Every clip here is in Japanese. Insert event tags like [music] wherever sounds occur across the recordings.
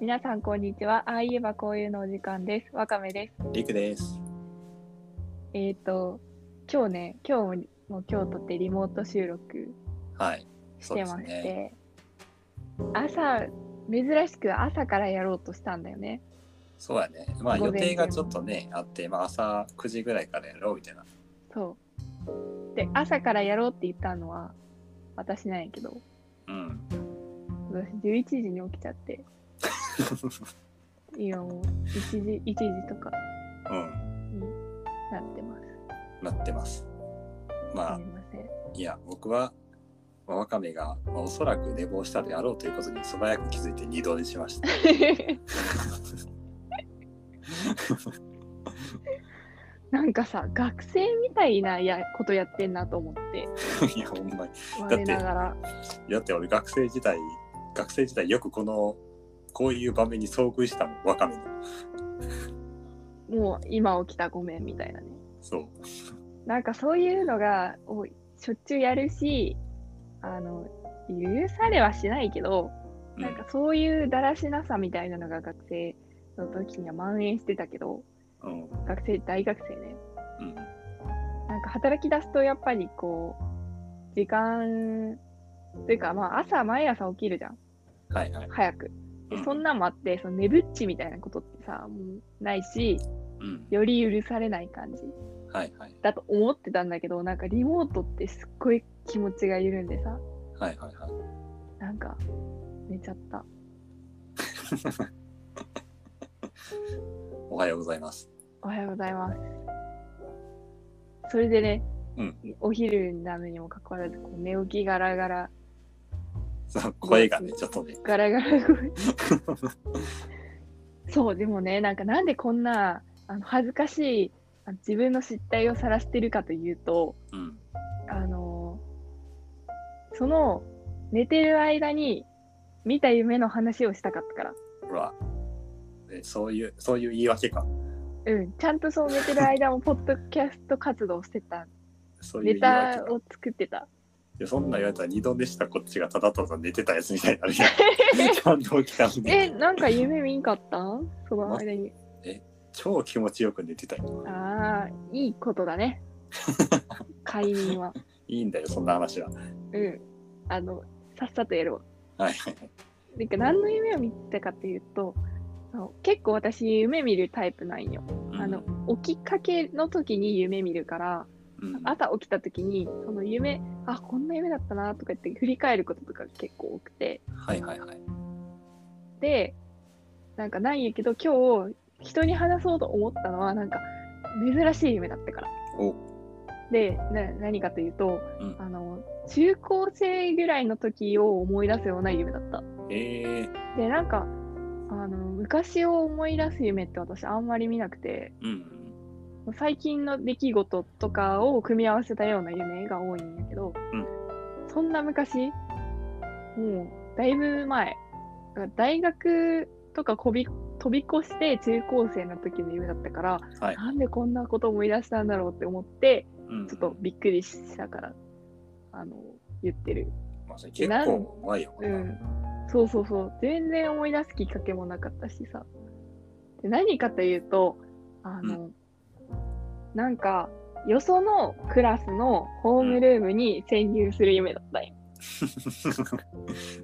皆さんこんにちは。ああ言えばこういうのお時間です。わかめです。りくです。えっ、と今日ね、今日ももう今日とってリモート収録はい。してまそうしですて、ね朝珍しく朝からやろうとしたんだよね。そうやね。まあ午予前中定がちょっとね、あって、まあ朝9時ぐらいからやろうみたいな。そう。で朝からやろうって言ったのは私なんやけど、うん。私11時に起きちゃって、今もう1時1時とかうん。になってます。なってます。ますあみ、ません。いや、僕は、まあわかめが、まあ、おそらく寝坊したであろうということに素早く気づいて二度寝しました。 [laughs] [laughs] なんかさ学生みたいなやことやってんなと思っていや、ほんまに。って我ながらだって俺学生時代、学生時代よくこの、こういう場面に遭遇したもん、わかめの。もう今起きたごめんみたいなねそう。なんかそういうのがおいしょっちゅうやるしあの許されはしないけどうんなんかそういうだらしなさみたいなのが学生の時には蔓延してたけどうん。学生大学生ねうん。なんか働き出すとやっぱりこう時間というかまあ朝毎朝起きるじゃんはいはい。早くうでんそんなんもあってその寝ぶっちみたいなことってさもうないしうん。より許されない感じはいはい。だと思ってたんだけどなんかリモートってすっごい気持ちが緩んでさはいはいはい。なんか寝ちゃったおはようございます。おはようございますそれでね、うんお昼なのにもかかわらずこう寝起きガラガラそう声がね、ちょっとね。ガラガラ声そうでもねなんかなんでこんなあの恥ずかしいあの自分の失態を晒してるかというとうん。あのその寝てる間に見た夢の話をしたかったからほら。えそういう、そういう言い訳か。うん、ちゃんとそう寝てる間もポッドキャスト活動してた。そういネう言い訳タか。を作ってた。いやそんなん言われたら二度寝したこっちがただただ寝てたやつみたいになるや [laughs] ん。ちゃんと起きたんえ、で。なんか夢見んかったんその間に。超気持ちよく寝てたよ。ああ、いいことだ [laughs] ね。快眠は。いいんだよ、そんな話は。うん。あの、さっさとやろはいはい。う。なんか何の夢を見てたかっていうと、あの結構私夢見るタイプなんよ。あの、起きかけの時に夢見るから、うん、うん、朝起きた時に、その夢、あ、こんな夢だったなとか言って振り返ることとか結構多くて。はいはいはい。でなんかないんやけど今日人に話そうと思ったのはなんか珍しい夢だったから。おでな何かというと、うんあの中高生ぐらいの時を思い出すような夢だった。えー、でなんかあの昔を思い出す夢って私あんまり見なくてうん。最近の出来事とかを組み合わせたような夢が多いんやけど、うんそんな昔もうだいぶ前大学とかこび飛び越して中高生の時の夢だったから、はいなんでこんなこと思い出したんだろうって思ってうん、ちょっと、びっくりしたからあの言ってるまあ、それ結構前よ。うんそうそうそう全然思い出すきっかけもなかったしさで何かというとあの、なんかよそのクラスのホームルームに潜入する夢だったんよ、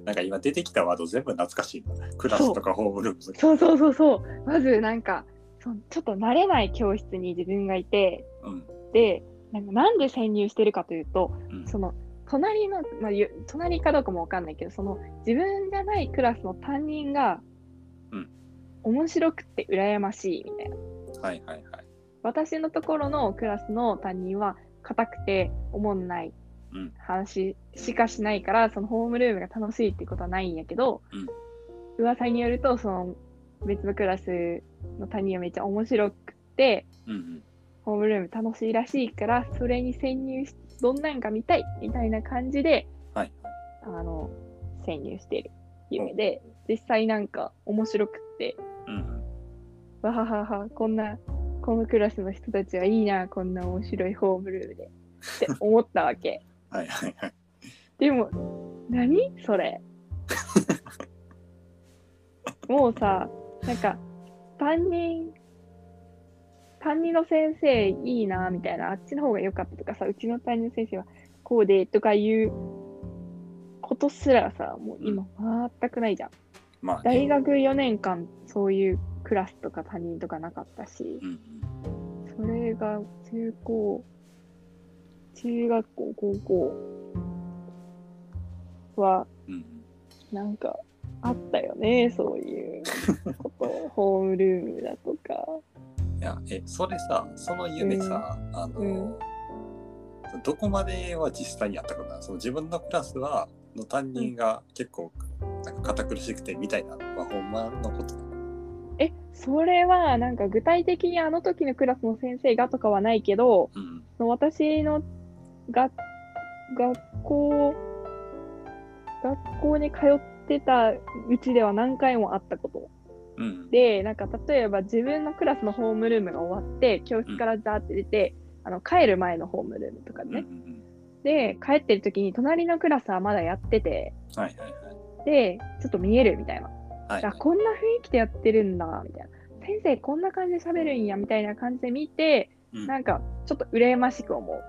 なんか今出てきたワード全部懐かしいな。クラスとかホームルームとか。そうそうそうそうまずなんかそのちょっと慣れない教室に自分がいてうん。でなんかなんで潜入してるかというとうんその隣の、まあ、ゆ隣かどうかもわかんないけどその自分じゃないクラスの担任が、うん面白くて羨ましいみたいなはいはいはい。私のところのクラスの担任は硬くておもんないうん話しかしないからそのホームルームが楽しいってことはないんやけど、噂によるとその別のクラスの担任はめっちゃ面白くてうんうん。ホームルーム楽しいらしいからそれに潜入しどんなんか見たいみたいな感じではい。あの潜入してる夢で、実際なんか面白くってうんうん。わはははこんなこのクラスの人たちはいいなこんな面白いホームルームでって思ったわけはいはいはい。 [laughs] でも何それもうさ、なんか、担任、担任の先生いいな、みたいな、あっちの方が良かったとかさ、うちの担任の先生はこうで、とかいうことすらさ、もう今全くないじゃん。まあ、ね、大学4年間、そういうクラスとか担任とかなかったしう、んうんそれが中高、中学校、高校は、うんうんなんかあったよね、そういうこと。ホームルームだとか。いやえそれさその夢さ、あの、うんどこまでは実際にあったことなのその自分のクラスはの担任が結構なんか堅苦しくてみたいな、まあ、ほんまのことなの [laughs] え、それはなんか具体的にあの時のクラスの先生がとかはないけど、うんその私のが学校、学校に通ってたうちでは何回もあったこと。うんで、なんか例えば自分のクラスのホームルームが終わって、教室からザーって出て、あの帰る前のホームルームとかうね。んうんうんで、帰ってる時に隣のクラスはまだやってて、はいはいはいで、ちょっと見えるみたいな。はいはあいこんな雰囲気でやってるんだみたいな先生こんな感じで喋るんやみたいな感じで見てうんなんかちょっと羨ましく思う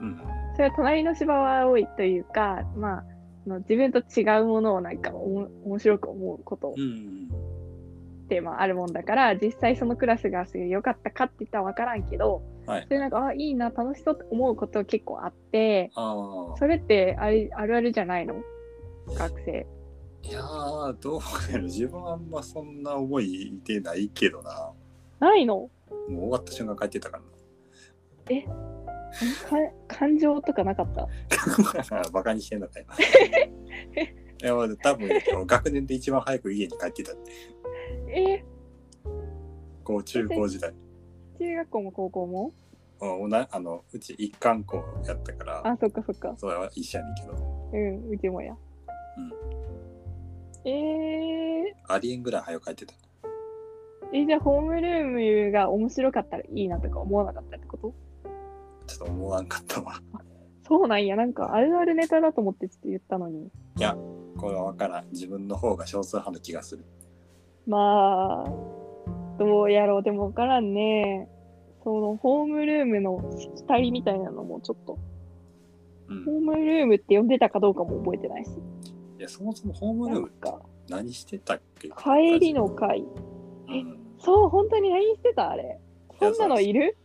うんそれは隣の芝は多いというかまあその自分と違うものをなんかおも面白く思うことうんうんってまああるもんだから実際そのクラスがすごい良かったかって言ったら分からんけどはいそれなんかあいいな楽しそうって思うこと結構あってあそれってあれあるあるじゃないの学生あいやーどうやろ自分はあんまそんな思いいてないけどなないのもう終わった瞬間帰ってたからか感 [laughs] 情とかなかったな [laughs] バカにしてん [laughs] のかよいやまあ多分学年で一番早く家に帰ってたってえ高中高時代中学校も高校もうんおなあのうち一貫校やったからあ、そっかそっか。それは一緒やねんけどうん、うちもや。えありえんぐらい早く帰ってたー、え、じゃあホームルームが面白かったらいいなとか思わなかったってことちょっと思わんかったわそうなんや、なんかあるあるネタだと思ってちょっと言ったのに。これは分からん自分の方が少数派の気がするまあ、どうやろう、でもわからんね。そのホームルームのしきたりみたいなのもちょっと、うホんームルームって呼んでたかどうかも覚えてないし。いやそもそもホームルなーんムってか、何してたっけ帰りの会。うん [laughs] そう、本当に何してたあれ。いそやんなのいる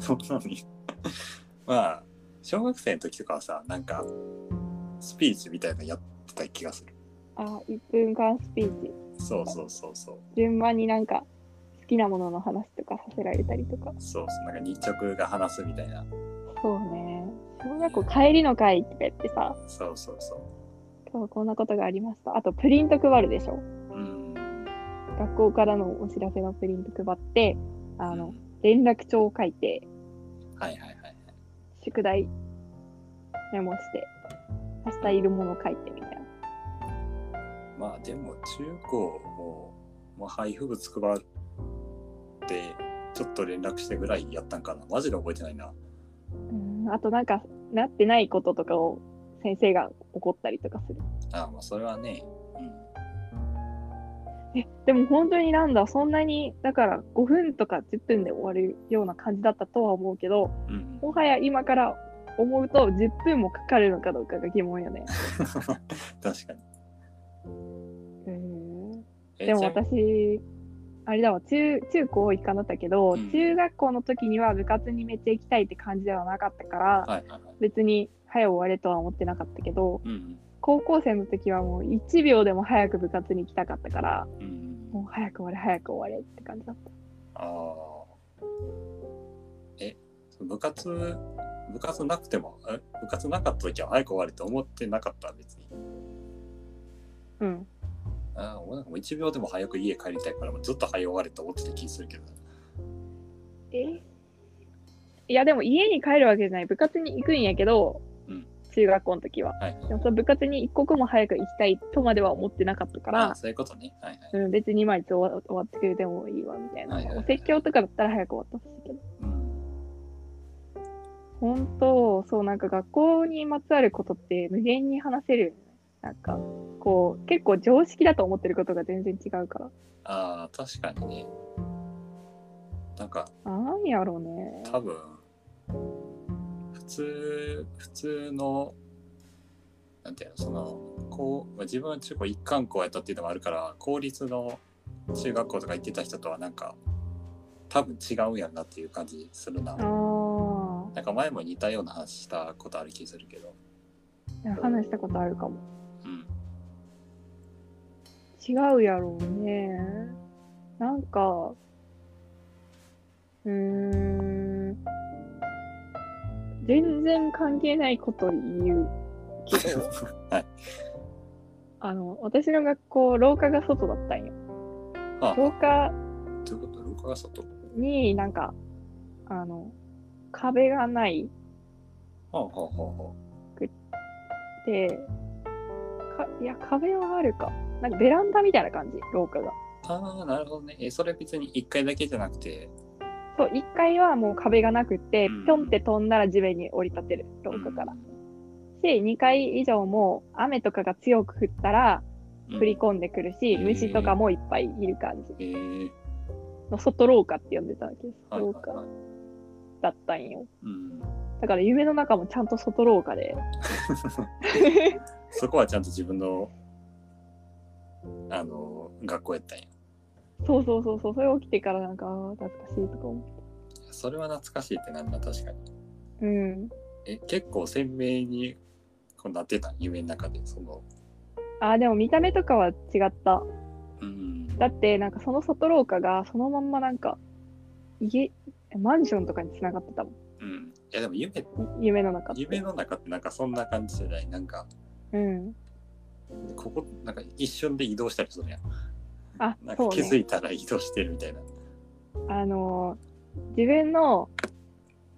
そんなにまあ小学生の時とかはさなんかスピーチみたいなのやってた気がするあ、1分間スピーチ。そうそうそうそう順番になんか好きなものの話とかさせられたりとかそうそうなんか日直が話すみたいなそうね小学校帰りの会とかやってさそうそうそ今日こんなことがありましたあとプリント配るでしょううん学校からのお知らせのプリント配ってあうのん連絡帳を書いてはいはいはい宿題メモして明日いるものを書いてみたいなまあでも中高も、まあ、配布物配ってちょっと連絡してぐらいやったんかなマジで覚えてないなうんあとなんかなってないこととかを先生が怒ったりとかするああまあそれはねえでも本当になんだそんなにだから5分とか10分で終わるような感じだったとは思うけどうん、うん、 [laughs] もはや今から思うと10分もかかるのかどうかが疑問よね。確かにえでもじゃあ私あれだわ中中高一貫だったけど、うん中学校の時には部活にめっちゃ行きたいって感じではなかったから、はいはいはい別に早終われとは思ってなかったけどうん高校生の時はもう1秒でも早く部活に行きたかったからうんうんうもんう早く終われ早く終われって感じだった。ああえその部活部活なくてもえ部活なかった時は早く終わりと思ってなかった別にうんああ俺なんかもう1秒でも早く家帰りたいからもうずっと早終われと思ってた気するけどなえいやでも家に帰るわけじゃない部活に行くんやけど、うん中学校の時ははいはいでもその部活に一刻も早く行きたいとまでは思ってなかったかああら、そういうことね。はいはい。うん、別に毎日終わ終わってくれてもいいわみたいな、はいはいはいお説教とかだったら早く終わってほしいけどうん本当そうなんか学校にまつわることって無限に話せるよねなんか、こう、結構常識だと思ってることが全然違うから。ああ、確かにね。なんか、なんやろうね。多分普通普通のなんていうのそのこうまあ自分は中高一貫校やったっていうのもあるから公立の中学校とか行ってた人とはなんか多分違うんやろなっていう感じするなあ。あなんか前も似たような話したことある気するけど、いや、話したことあるかも。うん、違うやろうね。なんか、うーん、全然関係ないこと言うけど、はいあの、私の学校、廊下が外だったんよ。ああど廊下ういうこと廊下が外になんか、あの、壁がないはあはあはで、かいや、壁はあるか。なんかベランダみたいな感じ、廊下が。あはあああなるほどねえそれ別に1回だけじゃなくてそう、1階はもう壁がなくて、うんぴょんって飛んだら地面に降り立てる、廊下から。し、2階以上も雨とかが強く降ったらうん降り込んでくるし、うん虫とかもいっぱいいる感じえー、の外廊下って呼んでたわけです。はいはい廊は下いだったんよ。うんだから夢の中もちゃんと外廊下で。そこはちゃんと自分のあの学校やったんや。そうそうそうそう、それ起きてからなんか、あー懐かしいとか思それは懐かしいってなんだ確かに。う。うん。え結構鮮明にこうなってた夢の中でその。あー、でも見た目とかは違った。うん。だって、なんかその外廊下がそのまんまなんか、家、マンションとかに繋がってたもうん、いやでも夢ん。夢の中って。夢の中ってなんかそんな感じじゃないなんかうん。ここなんか一瞬で移動したりするやん。あなん、かそう気づね。いたら移動してるみたいな。あのー、自分の、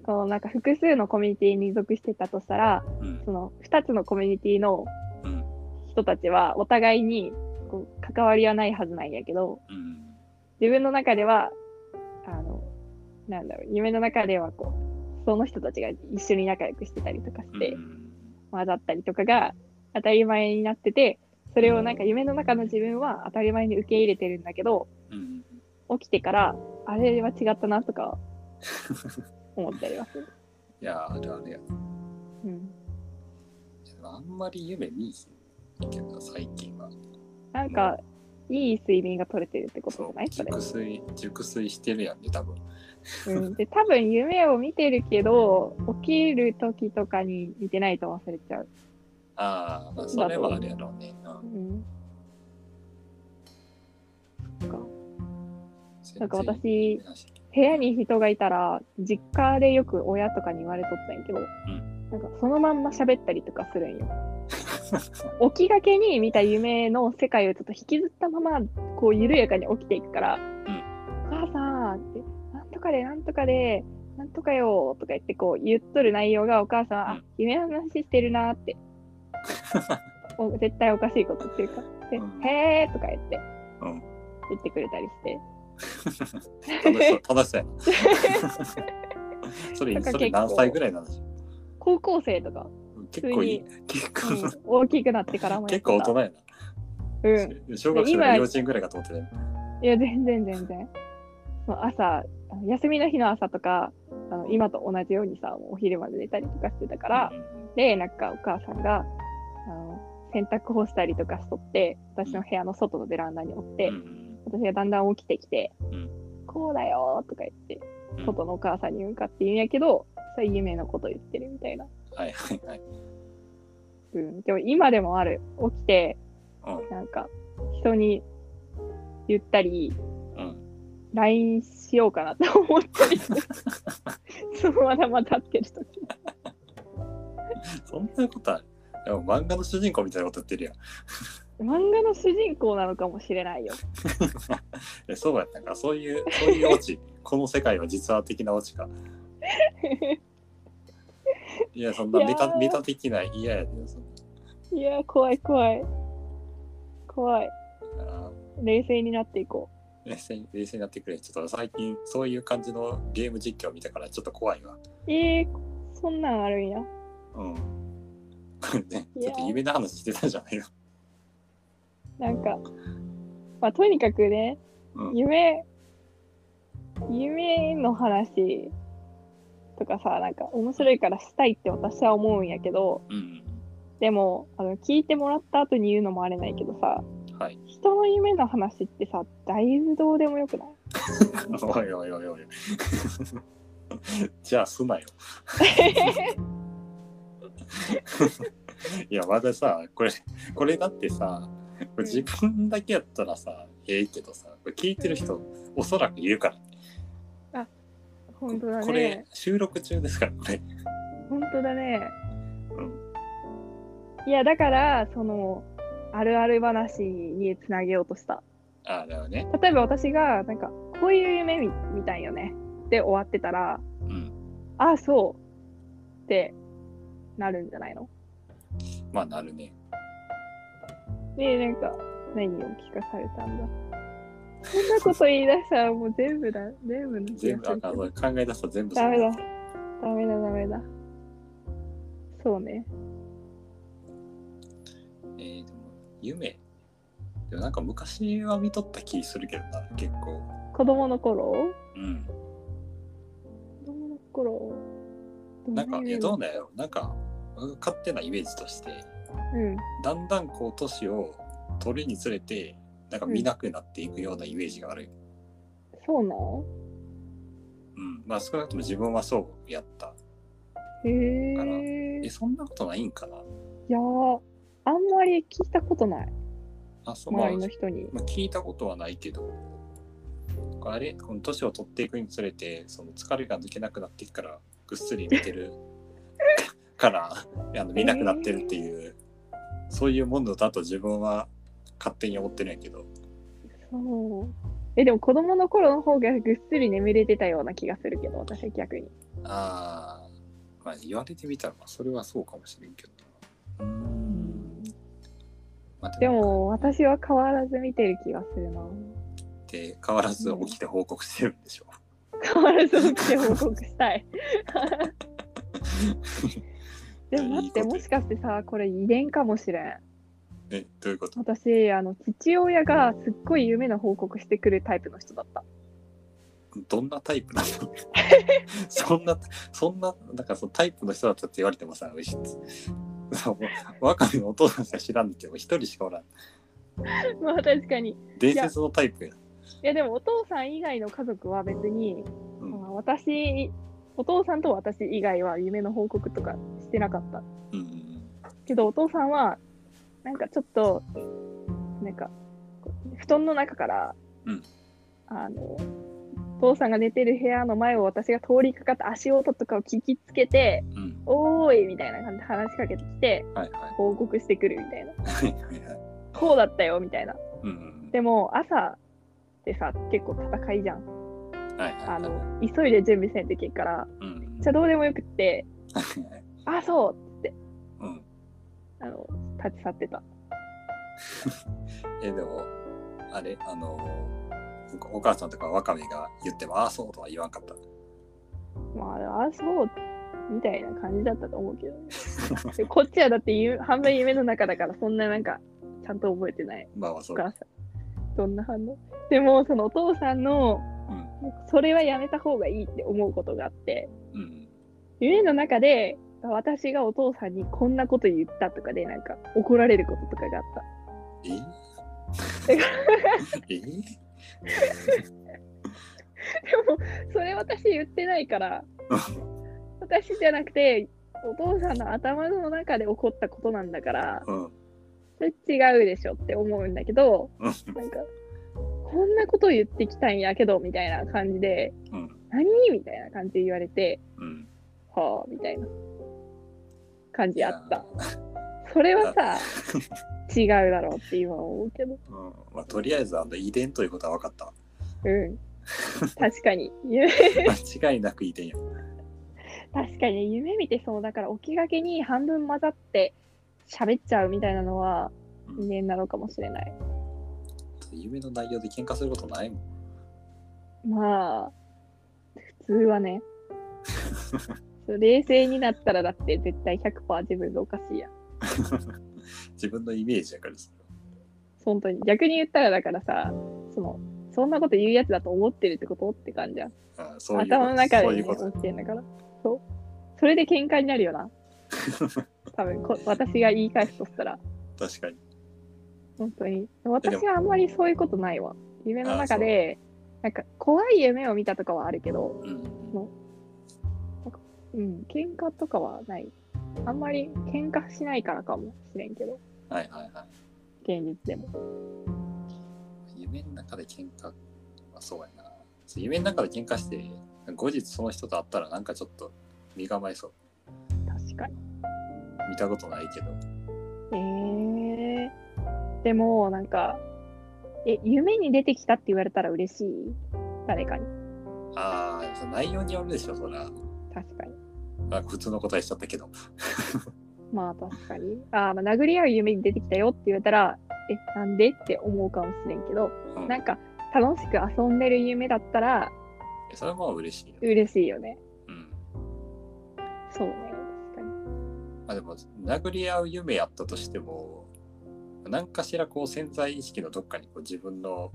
こう、なんか複数のコミュニティに属してたとしたら、うんその2つのコミュニティのうん人たちはお互いにこう関わりはないはずなんやけど、うん自分の中では、あの、なんだろう、夢の中ではこう、その人たちが一緒に仲良くしてたりとかして、うん混ざったりとかが当たり前になってて、それをなんか夢の中の自分は当たり前に受け入れてるんだけど、うん起きてから、あれは違ったなとか思ったりはする。いやあるあるや。うん。あんまり夢見いひんけど最近は。なんか、いい睡眠が取れてるってことじそゃうないそれ。熟睡熟睡してるやんね多分うん、で、多分夢を見てるけど、起きる時とかに見てないと忘れちゃう。ああまあそれはあれやろうね、う、うんん。なんか全然なんか私部屋に人がいたら実家でよく親とかに言われとったんやけど、んなんかそのまんま喋ったりとかするんよ [laughs] 起きがけに見た夢の世界をちょっと引きずったままこう緩やかに起きていくから「お母さん」って「なんとかでなんとかでなんとかよ」とか言ってこう言っとる内容がお母さんは「あうん夢の話してるな」 [laughs] ってお絶対おかしいことっていうか「でうんへーとか言ってうん言ってくれたりして楽しそう楽しそうやなそれなんかそれ何結構歳ぐらいなの高校生とか、結構いい結構、うん大きくなってからもやって結た構大人やな、うん小学生今の幼稚園ぐらいかと思ってたよいや、全然全然。もう朝、あの休みの日の朝とか、あの今と同じようにさ、もうお昼まで寝たりとかしてたから、で、なんかお母さんが、あの洗濯干したりとかしとって、私の部屋の外のベランダにおって、うん私がだんだん起きてきて、うんこうだよーとか言ってう、ん外のお母さんに向かって言うんやけど、それ夢のこと言ってるみたいな。はいはいはいうん。でも今でもある。起きて、うなんか、人に言ったり、んうん LINE しようかなと思ったりして、そのまだまたってる時。そんなことあるでも漫画の主人公みたいなこと言ってるやん漫画の主人公なのかもしれないよ。 [laughs] えそうやったんかそういうそういうオチ [laughs] この世界は実話的なオチかいやそんなメいやターメタ的な嫌やでよそんいやー、怖い怖い。怖い。なあー冷静になっていこ冷静に冷静になってくれちょっと最近そういう感じのゲーム実況を見たからちょっと怖いわう。えー、そんなんあるんや。うん [laughs] ね、いだやって夢の話してたじゃないよ。なんか、まあ、とにかくね、うん夢、夢の話とかさ、なんか面白いからしたいって私は思うんやけど、うん。でも、あの、聞いてもらった後に言うのもあれないけどさ、はい。 [laughs] 人の夢の話ってさ、だいぶどうでもよくないおいおいおいお [laughs] い。じゃあ、すなよ。いや、まださ、これ、これだってさ、これ自分だけやったらさ、ええけどさ、これ聞いてる人、おそらくいるから。 [laughs] 本当だこれね。、収録中ですから、これ。本当だね。うん。いや、だから、その、あるある話につなげようとした。ああ、だよね。例えば私が、なんか、こういう夢み見たいよね。で終わってたら、うん。ああ、そうってなるんじゃないのまあ、なるね。で、なんか、何を聞かされたんだ。そんなこと言い出したらもう全部だ、全部の気全が部、あするけかんど。考え出すと全部ダメだ。ダメだ、ダメだ。そうね。えー、でも、夢。でもなんか昔は見とった気するけどな、結構。子供の頃うん。子供の頃。なんか、どいいや夢どうだよ。なんか、僕が勝手なイメージとして、うん。だんだんこう、年を取るにつれて、なんか見なくなっていくようなイメージがある。そうなのうん。まあ、少なくとも自分はそうやった。へからえ。え、そんなことないんかないやー、あんまり聞いたことない。あ、そうまあ周りの人に。まあ、聞いたことはないけど、あれ、この年を取っていくにつれて、その疲れが抜けなくなっていくから、ぐっすり見てる [laughs] から、あの見なくなってるっていう、そういうものだと自分は勝手に思ってるんやけど、そう。え、でも子供の頃の方がぐっすり眠れてたような気がするけど、私は逆に。あー、まあ、言われてみたら、まあそれはそうかもしれんけどな。まあ、で、も私は変わらず見てる気がするな。って変わらず起きて報告してるんでしょ。変わらず起きて報告した [laughs] い。でも待って、いいこともしかしてさ、これ遺伝かもしれん。え、どういうこと私、あの、父親がすっごい夢の報告してくるタイプの人だった。どんなタイプなのそんな、そんな、なんかそのタイプの人だったって言われてもさ、ういしそうワカメのお父さんしか知らんけど、一人しかおらん。 [laughs] まあ確かに。い伝説のタイプや。やでもお父さん以外の家族は別に、うんまあ私、お父さんと私以外は夢の報告とかしてなかった。うんうんけどお父さんはなんかちょっとなんかこう布団の中から、うんあのお父さんが寝てる部屋の前を私が通りかかった足音とかを聞きつけてうん。うん「おーい!」みたいな感じで話しかけてきてはいは。報告してくるみたいないはいはいはい。 「こうだったよ」みたいなうんうんでも朝ってさ結構戦いじゃんうん。はいはいはい。あの急いで準備せんといけんからうんうん。じゃあどうでもよくってはいはいはい「あそう!うん。」あの立ち去ってたえ、でも、あれ、あの、お母さんとかワカメが言っても、ああ、そうとは言わんかった。まあ、あそうみたいな感じだったと思うけど、ね、 [laughs] でこっちはだってゆ半分夢の中だからそんななんかちゃんと覚えてないまあまあ、そおう。母さんどんな反応でもそのお父さんのうん。それはやめた方がいいって思うことがあってうん。夢の中で私がお父さんにこんなこと言ったとかでなんか怒られることとかがあったえ [laughs] えでもそれ私言ってないから [laughs] 私じゃなくてお父さんの頭の中で起こったことなんだからうん。それ違うでしょって思うんだけど、うんなんか、こんなこと言ってきたんやけど、みたいな感じで、うん。何みたいな感じで言われて、うん。はあ、みたいな感じあった。それはさ、違うだろうって今思うけど。うんまあ、とりあえずあの遺伝ということは分かったわ。うん。確かに。夢間違いなく遺伝や。確かに夢見てそうだから、起きがけに半分混ざって喋っちゃうみたいなのは、うん人間なのかもしれない。夢の内容で喧嘩することないもん。まあ、普通は [laughs] ね。そう冷静になったらだって絶対100%自分がおかしいやん。自分のイメージやからそれは本当に。逆に言ったら、だからさ、その、そんなこと言うやつだと思ってるってことって感じやん。あそういう頭の中そうで、いね、うこと起きてんだから。そう。それで喧嘩になるよ [laughs] な。多分こ私が言い返すとしたら、確かに本当に。でも私はあんまりそういうことないわ。夢の中で、なんか怖い夢を見たとかはあるけど、うんうん、喧嘩とかはない。あんまり喧嘩しないからかもしれんけど、はいはいはい現実でも。夢の中で喧嘩はそうやなそう夢の中で喧嘩して後日その人と会ったらなんかちょっと身構えそう確かに。見たことないけどえー、でも、なんか、え、夢に出てきたって言われたら嬉しい誰かに。ああそう内容によるでしょそら確かに。あ普通の答えしちゃったけどまあ確かに。あーまあ殴り合う夢に出てきたよって言われたら、え、なんでって思うかもしれんけど、うんなんか楽しく遊んでる夢だったらえそれも嬉しいよ、嬉しいよね。うんそうね、まあ、でも殴り合う夢やったとしても何かしらこう潜在意識のどっかにこう自分の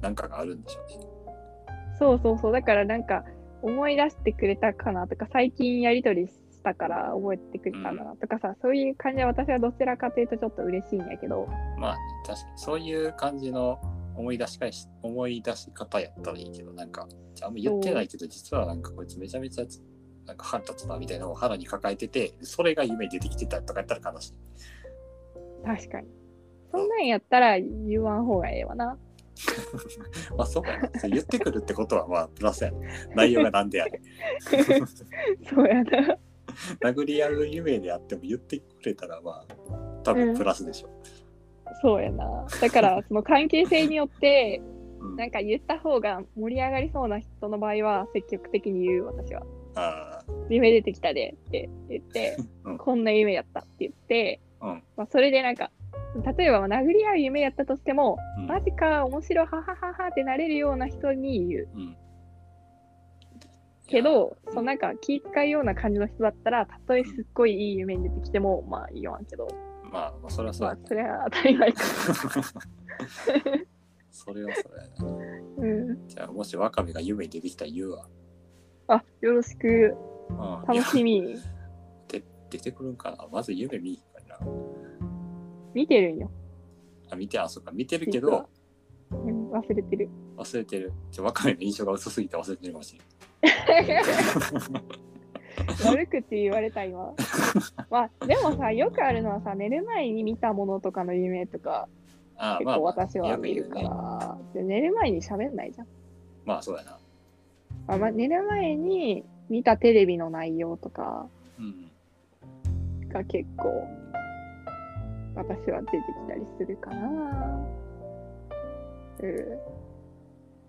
何かがあるんでしょうね確かに。そうそうそう。だからなんか思い出してくれたかなとか、最近やりとりしたから覚えてくれたかなとかさ、そういう感じは私はどちらかというとちょっと嬉しいんやけど、まあ確かにそういう感じの思い出し返し思い出し方やったらいいけどなんかあんま言ってないけど実はなんかこいつめちゃめちゃなんか腹立つなみたいなのを腹に抱えててそれが夢に出てきてたとかやったら悲しい確かに。そんなんやったら言わん方がええわな。 [laughs] まあそうかなそう言ってくるってことはまあプラスやね内容が何であれそうやな。殴り合う夢であっても言ってくれたらまあ多分プラスでしょそうやな。だ [laughs] からその関係性によって、う、うんなんか言った方が盛り上がりそうな人の場合は積極的に言う私はあ「夢出てきたで」って言って「 [laughs] うんこんな夢やった」って言って、あうんまあ、それでなんか例えば殴り合う夢やったとしてもう「んマジか面白いはははは」ってなれるような人に言ううんけいやどそのなんか気遣うような感じの人だったらたとえすっごいいい夢に出てきてもまあ言わんけど、まあまあそれはそうまやあ、それは当たり前か、それはそうやなうん、じゃあもしワカメが夢に出てきたら言うわ。 [laughs] あよろしくうん、い楽やしみ出てくるんかなまず夢見いひんからな。見てるんよ、あ見てあそうか見てるけ実はどうん、忘れて [laughs] る忘れてる。じゃあワカメの印象が薄すぎて忘れてるかもしれない。悪くって言われた今まあでもさよくあるのはさ寝る前に見たものとかの夢とかあ結まあ構私はよく見言るうかね。ら、で寝る前に喋んないじゃん、まあそうやな。あまあ、寝る前に見たテレビの内容とかうん。が結構私は出てきたりするかなうん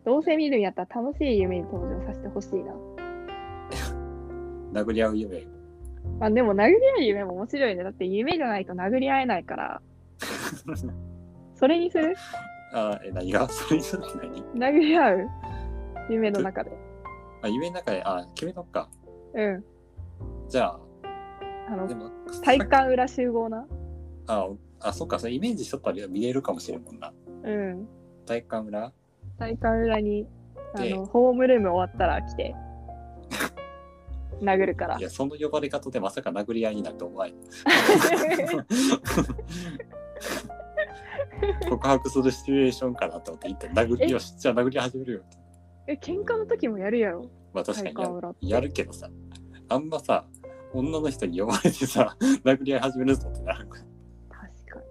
どうせ見るんやったら楽しい夢に登場させてほしいな。殴り合う夢。まあでも殴り合う夢も面白いね。だって夢じゃないと殴り合えないから。それにするあえ何が [laughs] それにするって何殴り合う夢の中で。あ夢の中で、あ、決めとくか。うん。じゃああ、での、も、体育館裏集合な。あ、あ、そっか、それイメージしとったら見れるかもしれんもんな。うん。体育館村体育館裏に、あでの、ホームルーム終わったら来て。殴るからい。や、その呼ばれ方でまさか殴り合いになると思 [laughs] わへん告白するシチュエーションかなと思って一旦殴りよしじゃあ殴り始めるよえ、喧嘩の時もやるやろ。まあ確体かに育や館る裏って。やるけどさあんまさ女の人に呼ばれてさ [laughs] 殴り合い始めるぞってなるから確か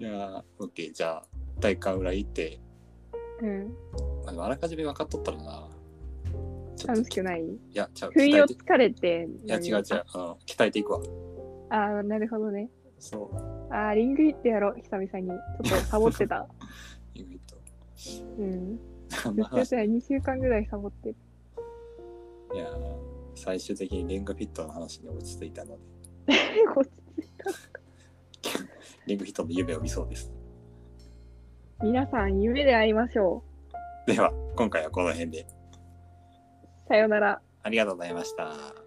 いやー OK じゃあ体育館裏行って、に。うん。まあ、でもあらかじめ分かっとったらなちょっと楽しくないいやちゃう不意を鍛えていつかれて。や違う違うあの鍛えていくわああー、なるほどね。そうああ、リング行ってやろう、久々に。ちょっとサボって [laughs] た。意外 [laughs] とうん。何ずのっとやっ話てない2週間ぐらいサボってる。 [laughs] いやー最終的にレンガフィットの話に落ち着いたのでこっちレンガフィットの夢を見そうです皆さん、夢で会いましょでは今回はこの辺でう。さよなら。ありがとうございました